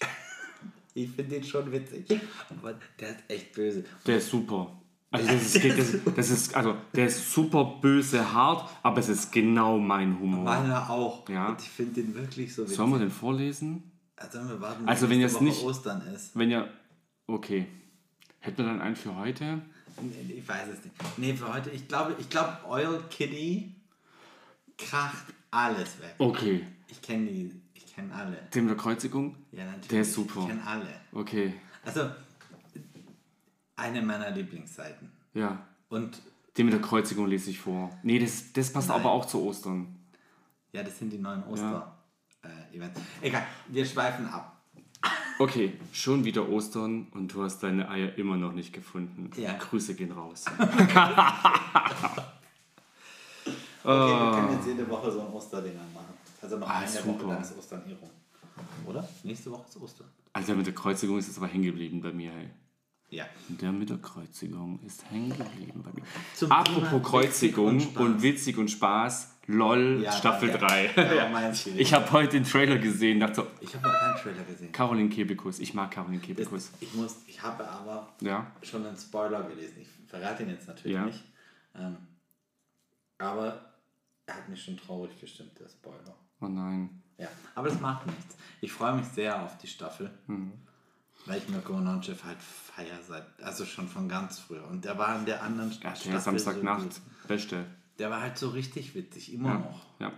Speaker 3: ich finde den schon witzig. Aber der ist echt böse.
Speaker 2: Der ist super. Also das ist, das, ist- das ist, also der ist super böse, hart, aber es ist genau mein Humor.
Speaker 3: Meiner auch.
Speaker 2: Ja.
Speaker 3: Und ich finde den wirklich so witzig.
Speaker 2: Sollen wir den vorlesen?
Speaker 3: also wir warten, bis
Speaker 2: Also wenn
Speaker 3: nächste
Speaker 2: jetzt
Speaker 3: Woche
Speaker 2: nicht-
Speaker 3: Ostern ist.
Speaker 2: Wenn ja, okay. Hätten wir dann einen für heute?
Speaker 3: Nee, Ich weiß es nicht. Nee, für heute, ich glaube, ich glaube, Oil Kitty kracht alles weg.
Speaker 2: Okay.
Speaker 3: Ich kenne die, ich kenne alle.
Speaker 2: Dem der Kreuzigung?
Speaker 3: Ja, natürlich.
Speaker 2: Der ist super.
Speaker 3: Ich kenne alle.
Speaker 2: Okay.
Speaker 3: Also, eine meiner Lieblingsseiten.
Speaker 2: Ja.
Speaker 3: Und
Speaker 2: Dem mit der Kreuzigung lese ich vor. Nee, das, das passt
Speaker 3: Nein.
Speaker 2: aber auch zu Ostern.
Speaker 3: ja, das sind die neuen Oster-Events. Egal, wir schweifen ab.
Speaker 2: Okay, schon wieder Ostern und du hast deine Eier immer noch nicht gefunden.
Speaker 3: Ja.
Speaker 2: Grüße gehen raus.
Speaker 3: Okay, wir können jetzt jede Woche so ein Osterdinger machen. Also noch
Speaker 2: Ah,
Speaker 3: eine
Speaker 2: super.
Speaker 3: Woche, dann ist Ostern hier rum. Oder? Nächste Woche ist Ostern.
Speaker 2: Also der mit der Kreuzigung ist jetzt aber hängen geblieben bei mir, ey.
Speaker 3: Ja.
Speaker 2: Der mit der Kreuzigung ist hängen geblieben bei mir.
Speaker 3: Zum
Speaker 2: Apropos
Speaker 3: Thema
Speaker 2: Kreuzigung
Speaker 3: witzig
Speaker 2: und,
Speaker 3: und
Speaker 2: witzig und Spaß, LOL,
Speaker 3: ja
Speaker 2: Staffel
Speaker 3: ja,
Speaker 2: 3.
Speaker 3: Ja, ja. meins wieder.
Speaker 2: Ich habe heute den Trailer gesehen, dachte so,
Speaker 3: ich habe noch keinen Trailer gesehen.
Speaker 2: Caroline Kebekus, ich mag Caroline
Speaker 3: Das-
Speaker 2: Kebekus.
Speaker 3: Ich, muss, ich habe aber
Speaker 2: Ja.
Speaker 3: schon einen Spoiler gelesen. Ich verrate ihn jetzt natürlich
Speaker 2: Ja.
Speaker 3: nicht. Ähm, aber er hat mich schon traurig gestimmt, der Spoiler.
Speaker 2: Oh nein.
Speaker 3: Ja, aber das macht nichts. Ich freue mich sehr auf die Staffel,
Speaker 2: Mhm.
Speaker 3: weil ich Mirko Nonchev halt feier seit, also schon von ganz früher. Und der war in der anderen
Speaker 2: Ja,
Speaker 3: Staffel.
Speaker 2: der
Speaker 3: So
Speaker 2: Samstagnacht,
Speaker 3: gut.
Speaker 2: beste.
Speaker 3: der war halt so richtig witzig, immer noch.
Speaker 2: Ja.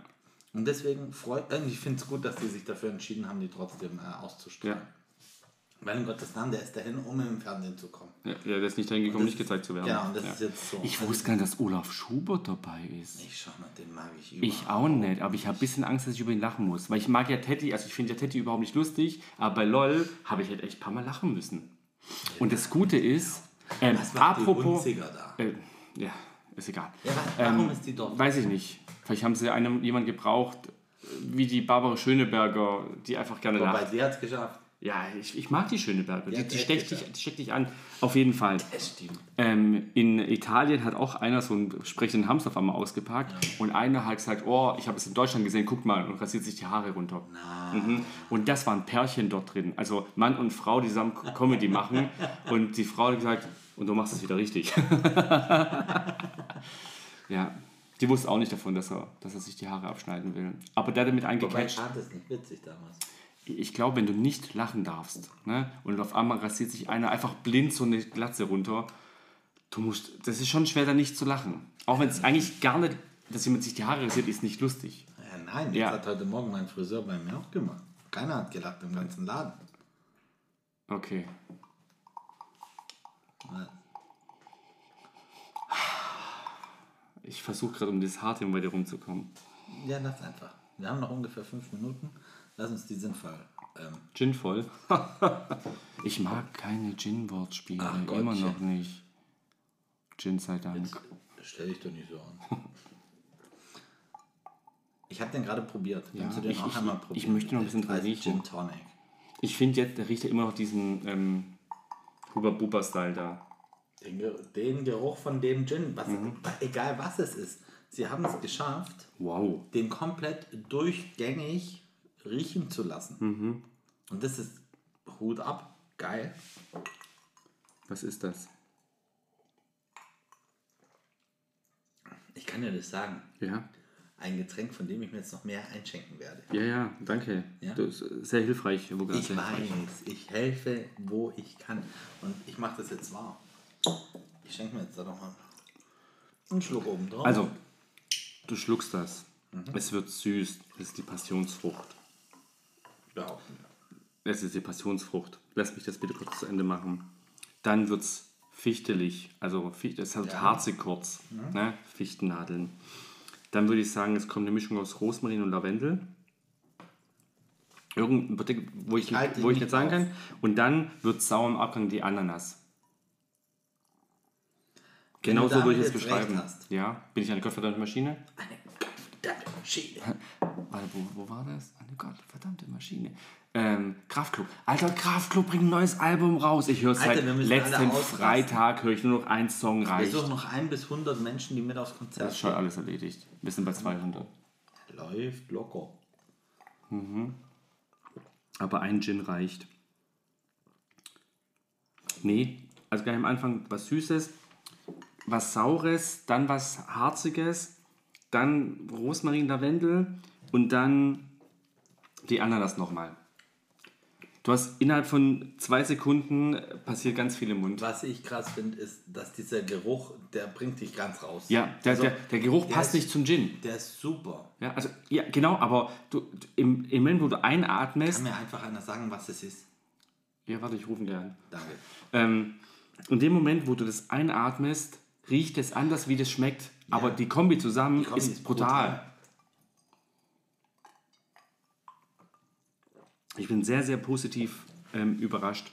Speaker 3: Und deswegen freut, äh, ich finde es gut, dass die sich dafür entschieden haben, die trotzdem äh, auszustrahlen.
Speaker 2: Ja.
Speaker 3: Weil in Gottes Namen, der ist dahin, um im Fernsehen zu kommen.
Speaker 2: Ja, ja, der ist nicht dahin gekommen,
Speaker 3: Das-
Speaker 2: Um nicht gezeigt zu werden.
Speaker 3: Genau, und das
Speaker 2: ja.
Speaker 3: ist jetzt so.
Speaker 2: Ich wusste gar nicht, dass Olaf Schubert dabei ist.
Speaker 3: Ich schau mal, den mag ich über.
Speaker 2: Ich auch nicht, aber ich habe ein bisschen Angst, dass ich über ihn lachen muss. Weil ich mag ja Teddy, also ich finde ja Teddy überhaupt nicht lustig, aber bei LOL habe ich halt echt ein paar Mal lachen müssen. Und das Gute ist, ähm,
Speaker 3: Was macht die
Speaker 2: apropos.
Speaker 3: Hunziger da?
Speaker 2: Äh, ja, ist egal.
Speaker 3: Ja, was, warum
Speaker 2: Ähm,
Speaker 3: ist die dort?
Speaker 2: Weiß ich nicht. Vielleicht haben sie einem, jemanden gebraucht, äh, wie die Barbara Schöneberger, die einfach gerne
Speaker 3: Wobei,
Speaker 2: lacht.
Speaker 3: sie hat es geschafft.
Speaker 2: Ja, ich, ich mag die Schöneberger.
Speaker 3: Ja,
Speaker 2: Die, die,
Speaker 3: echt,
Speaker 2: steckt
Speaker 3: ja.
Speaker 2: dich, die steckt dich an. Auf jeden Fall.
Speaker 3: Es stimmt.
Speaker 2: Ähm, in Italien hat auch einer so einen sprechenden Hamster auf einmal ausgepackt und einer hat gesagt, oh, ich habe es in Deutschland gesehen, guck mal und rasiert sich die Haare runter. Mhm. Und das waren Pärchen dort drin, also Mann und Frau, die zusammen Comedy machen und die Frau hat gesagt, und du machst es wieder richtig. ja, Die wusste auch nicht davon, dass er, dass er sich die Haare abschneiden will. Aber der hat damit
Speaker 3: Wobei ich
Speaker 2: eingecatcht.
Speaker 3: fand das nicht witzig damals.
Speaker 2: Ich glaube, wenn du nicht lachen darfst ne, und auf einmal rasiert sich einer einfach blind so eine Glatze runter, du musst, das ist schon schwer, da nicht zu lachen. Auch wenn es eigentlich gar nicht, dass jemand sich die Haare rasiert, ist nicht lustig.
Speaker 3: Ja, Äh, nein, das
Speaker 2: Ja.
Speaker 3: hat heute Morgen mein Friseur bei mir auch gemacht. Keiner hat gelacht im ganzen Laden.
Speaker 2: Okay.
Speaker 3: Äh,
Speaker 2: Ich versuche gerade, um das Haarthema bei dir rumzukommen.
Speaker 3: Ja, lass einfach. Wir haben noch ungefähr fünf Minuten. Lass uns die sinnvoll. Ähm,
Speaker 2: Gin voll. ich mag keine Gin-Wortspiele.
Speaker 3: Ach Gottchen.
Speaker 2: Immer noch nicht. Gin sei Dank.
Speaker 3: stell dich doch nicht so an. Ich habe den gerade probiert.
Speaker 2: Ja,
Speaker 3: Kannst du den
Speaker 2: ich-
Speaker 3: auch
Speaker 2: ich-
Speaker 3: einmal
Speaker 2: ich
Speaker 3: probieren?
Speaker 2: möchte noch ein bisschen
Speaker 3: Das heißt
Speaker 2: dran riechen.
Speaker 3: Gin Tonic.
Speaker 2: Ich finde jetzt, der riecht ja immer noch diesen ähm, Huba-Buba-Style da.
Speaker 3: Den, Ge- den Geruch von dem Gin, was,
Speaker 2: Mhm.
Speaker 3: egal was es ist. Sie haben es geschafft,
Speaker 2: Wow.
Speaker 3: den komplett durchgängig riechen zu lassen.
Speaker 2: Mhm.
Speaker 3: Und das ist Hut ab, geil.
Speaker 2: Was ist das?
Speaker 3: Ich kann dir das sagen.
Speaker 2: Ja.
Speaker 3: Ein Getränk, von dem ich mir jetzt noch mehr einschenken werde.
Speaker 2: Ja, ja, danke.
Speaker 3: Ja?
Speaker 2: Das ist sehr hilfreich, Hugo.
Speaker 3: Ich
Speaker 2: sehr hilfreich.
Speaker 3: weiß, ich helfe, wo ich kann. Und ich mache das jetzt wahr. Ich schenke mir jetzt da noch mal einen Schluck oben drauf.
Speaker 2: Also, du schluckst das.
Speaker 3: Mhm.
Speaker 2: Es wird süß. Das ist die Passionsfrucht.
Speaker 3: überhaupt nicht.
Speaker 2: Es ist die Passionsfrucht. Lass mich das bitte kurz zu Ende machen. Dann wird es fichtelig. Also Ficht- es hat
Speaker 3: Ja. Mhm.
Speaker 2: Harze kurz. Ne? Fichtennadeln. Dann würde ich sagen, es kommt eine Mischung aus Rosmarin und Lavendel. Irgendein, Partik- wo ich,
Speaker 3: halte ihn
Speaker 2: wo ich
Speaker 3: nicht
Speaker 2: nicht sagen
Speaker 3: auf.
Speaker 2: kann. Und dann wird sauer im Abgang die Ananas.
Speaker 3: Wenn
Speaker 2: Genau
Speaker 3: du
Speaker 2: so würde ich es
Speaker 3: damit jetzt recht
Speaker 2: beschreiben.
Speaker 3: hast.
Speaker 2: Ja, bin ich eine gottverdammte Maschine?
Speaker 3: Eine gottverdammte Maschine.
Speaker 2: Warte, wo, wo war das? Eine gottverdammte Maschine. Ähm, Kraftklub. Alter, Kraftklub bringt ein neues Album raus. Ich höre
Speaker 3: Alter,
Speaker 2: seit
Speaker 3: wir müssen alle
Speaker 2: letzten
Speaker 3: ausrasten.
Speaker 2: Freitag, höre ich nur noch einen Song
Speaker 3: Wir
Speaker 2: reicht.
Speaker 3: suchen noch ein bis 100 Menschen, die mit aufs Konzert
Speaker 2: Das ist schon alles erledigt. Wir sind bei 200.
Speaker 3: gehen. Läuft locker.
Speaker 2: Aber ein Gin reicht. Nee, also gleich am Anfang was Süßes, was Saures, dann was Harziges, dann Rosmarin, Lavendel und dann die Ananas nochmal. Du hast innerhalb von zwei Sekunden äh, passiert ganz viel im Mund.
Speaker 3: Was ich krass finde, ist, dass dieser Geruch, der bringt dich ganz raus.
Speaker 2: Ja, der,
Speaker 3: Also,
Speaker 2: der, der Geruch
Speaker 3: der
Speaker 2: passt
Speaker 3: ist-
Speaker 2: nicht zum Gin.
Speaker 3: Der ist super.
Speaker 2: Ja, also, ja, genau, aber du, du- im, im Moment, wo du
Speaker 3: Kann
Speaker 2: einatmest.
Speaker 3: mir einfach einer sagen, was es ist.
Speaker 2: Ja, warte, ich rufe ihn gern.
Speaker 3: Danke.
Speaker 2: Ähm, in dem Moment, wo du das einatmest, riecht es anders, wie das schmeckt. Aber die Kombi zusammen
Speaker 3: Kombi
Speaker 2: ist,
Speaker 3: ist
Speaker 2: brutal.
Speaker 3: brutal.
Speaker 2: Ich bin sehr, sehr positiv ähm, überrascht.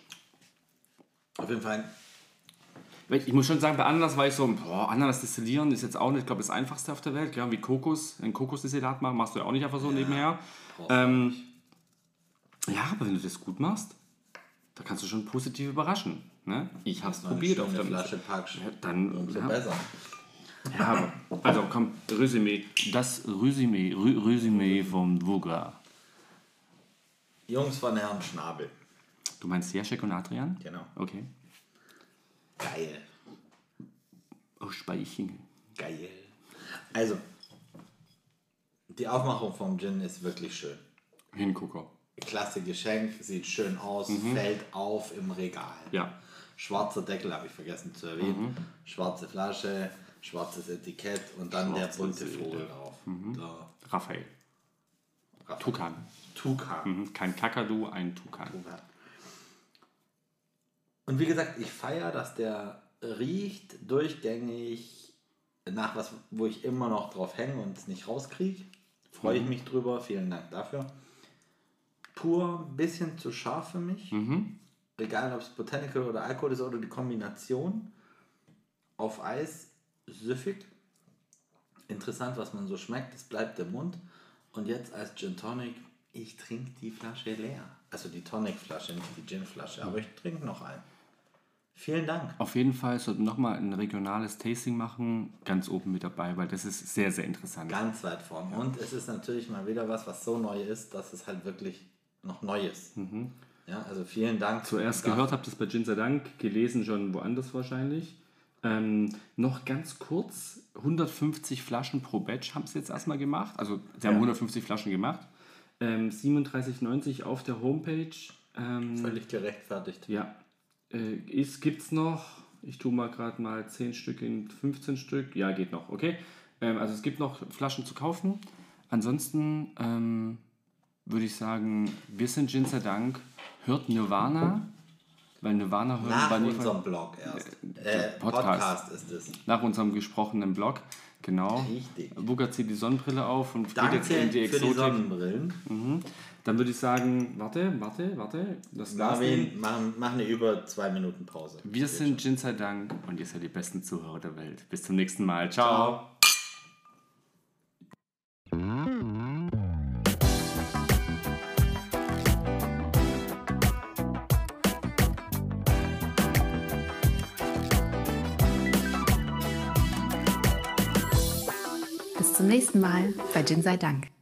Speaker 3: Auf jeden Fall,
Speaker 2: Weil Ich muss schon sagen, bei Ananas war ich so, boah, Ananas destillieren ist jetzt auch nicht, glaube das Einfachste auf der Welt. Gell? Wie Kokos, ein Kokosdestillat machen, machst du ja auch nicht einfach so nebenher. Ähm, ja, aber wenn du das gut machst, da kannst du schon positiv überraschen. Ne? Ich habe es
Speaker 3: eine
Speaker 2: probiert auf
Speaker 3: schöne
Speaker 2: der
Speaker 3: Flasche packst.
Speaker 2: Ja, dann,
Speaker 3: umso
Speaker 2: ja,
Speaker 3: besser.
Speaker 2: Ja, aber- also komm, Resümee. Das Resümee, Rü Resümee vom Vuga.
Speaker 3: Jungs von Herrn Schnabel.
Speaker 2: Du meinst Jaschek und Adrian?
Speaker 3: Genau.
Speaker 2: Okay.
Speaker 3: Geil.
Speaker 2: Aus Speichingen.
Speaker 3: Geil. Also, die Aufmachung vom Gin ist wirklich schön.
Speaker 2: Hingucker.
Speaker 3: Klasse Geschenk, sieht schön aus, fällt auf im Regal.
Speaker 2: Ja.
Speaker 3: Schwarzer Deckel habe ich vergessen zu erwähnen. Schwarze Flasche, schwarzes Etikett und dann
Speaker 2: Schwarze
Speaker 3: der bunte
Speaker 2: Seele.
Speaker 3: Vogel drauf. Der
Speaker 2: Raphael.
Speaker 3: Raff-
Speaker 2: Tukan.
Speaker 3: Tukan.
Speaker 2: Mhm. Kein Kakadu, ein Tukan.
Speaker 3: Tukan. Und wie gesagt, ich feiere, dass der riecht durchgängig nach was, wo ich immer noch drauf hänge und es nicht rauskriege. Freue ich mich drüber. Vielen Dank dafür. Pur, ein bisschen zu scharf für mich. Egal, ob es Botanical oder Alkohol ist oder die Kombination. Auf Eis, süffig. Interessant, was man so schmeckt. Es bleibt im Mund. Und jetzt als Gin Tonic, ich trinke die Flasche leer. Also die Tonic-Flasche, nicht die Gin-Flasche. Aber ich trinke noch einen. Vielen Dank.
Speaker 2: Auf jeden Fall sollten wir nochmal ein regionales Tasting machen. Ganz oben mit dabei, weil das ist sehr, sehr interessant.
Speaker 3: Ganz weit vorn. Und es ist natürlich mal wieder was, was so neu ist, dass es halt wirklich noch neu ist. Ja, also vielen Dank.
Speaker 2: Mhm. Zuerst
Speaker 3: dafür.
Speaker 2: gehört habt ihr es bei Gin sei Dank, gelesen schon woanders wahrscheinlich. Ähm, noch ganz kurz, 150 Flaschen pro Batch haben sie jetzt erstmal gemacht. Also sie haben 150 Flaschen gemacht. Ähm, 37,90 auf der Homepage. Ähm,
Speaker 3: Völlig gerechtfertigt.
Speaker 2: ja. Äh, ist, gibt's noch. Ich tue mal gerade mal 10 Stück in 15 Stück. Ja, geht noch, okay. Ähm, also es gibt noch Flaschen zu kaufen. Ansonsten ähm, würde ich sagen, wir sind Gin sei Dank. Hört Nirvana, weil Nirvana hören
Speaker 3: Nach
Speaker 2: wir nie-
Speaker 3: unserem Blog erst. Äh,
Speaker 2: Podcast.
Speaker 3: Podcast. ist es.
Speaker 2: nach unserem gesprochenen Blog. Genau.
Speaker 3: Richtig.
Speaker 2: Buga zieht die Sonnenbrille auf und
Speaker 3: Danke
Speaker 2: geht jetzt in die
Speaker 3: für die
Speaker 2: Exotik. Mhm.
Speaker 3: Sonnenbrillen.
Speaker 2: Dann würde ich sagen, warte, warte, warte. Das Glas nehmen.
Speaker 3: Marvin, mach, mach eine über zwei Minuten Pause.
Speaker 2: Wir sind Jin sei Dank und ihr seid die besten Zuhörer der Welt. Bis zum nächsten Mal. Ciao.
Speaker 1: Bis zum nächsten Mal bei Gin sei Dank.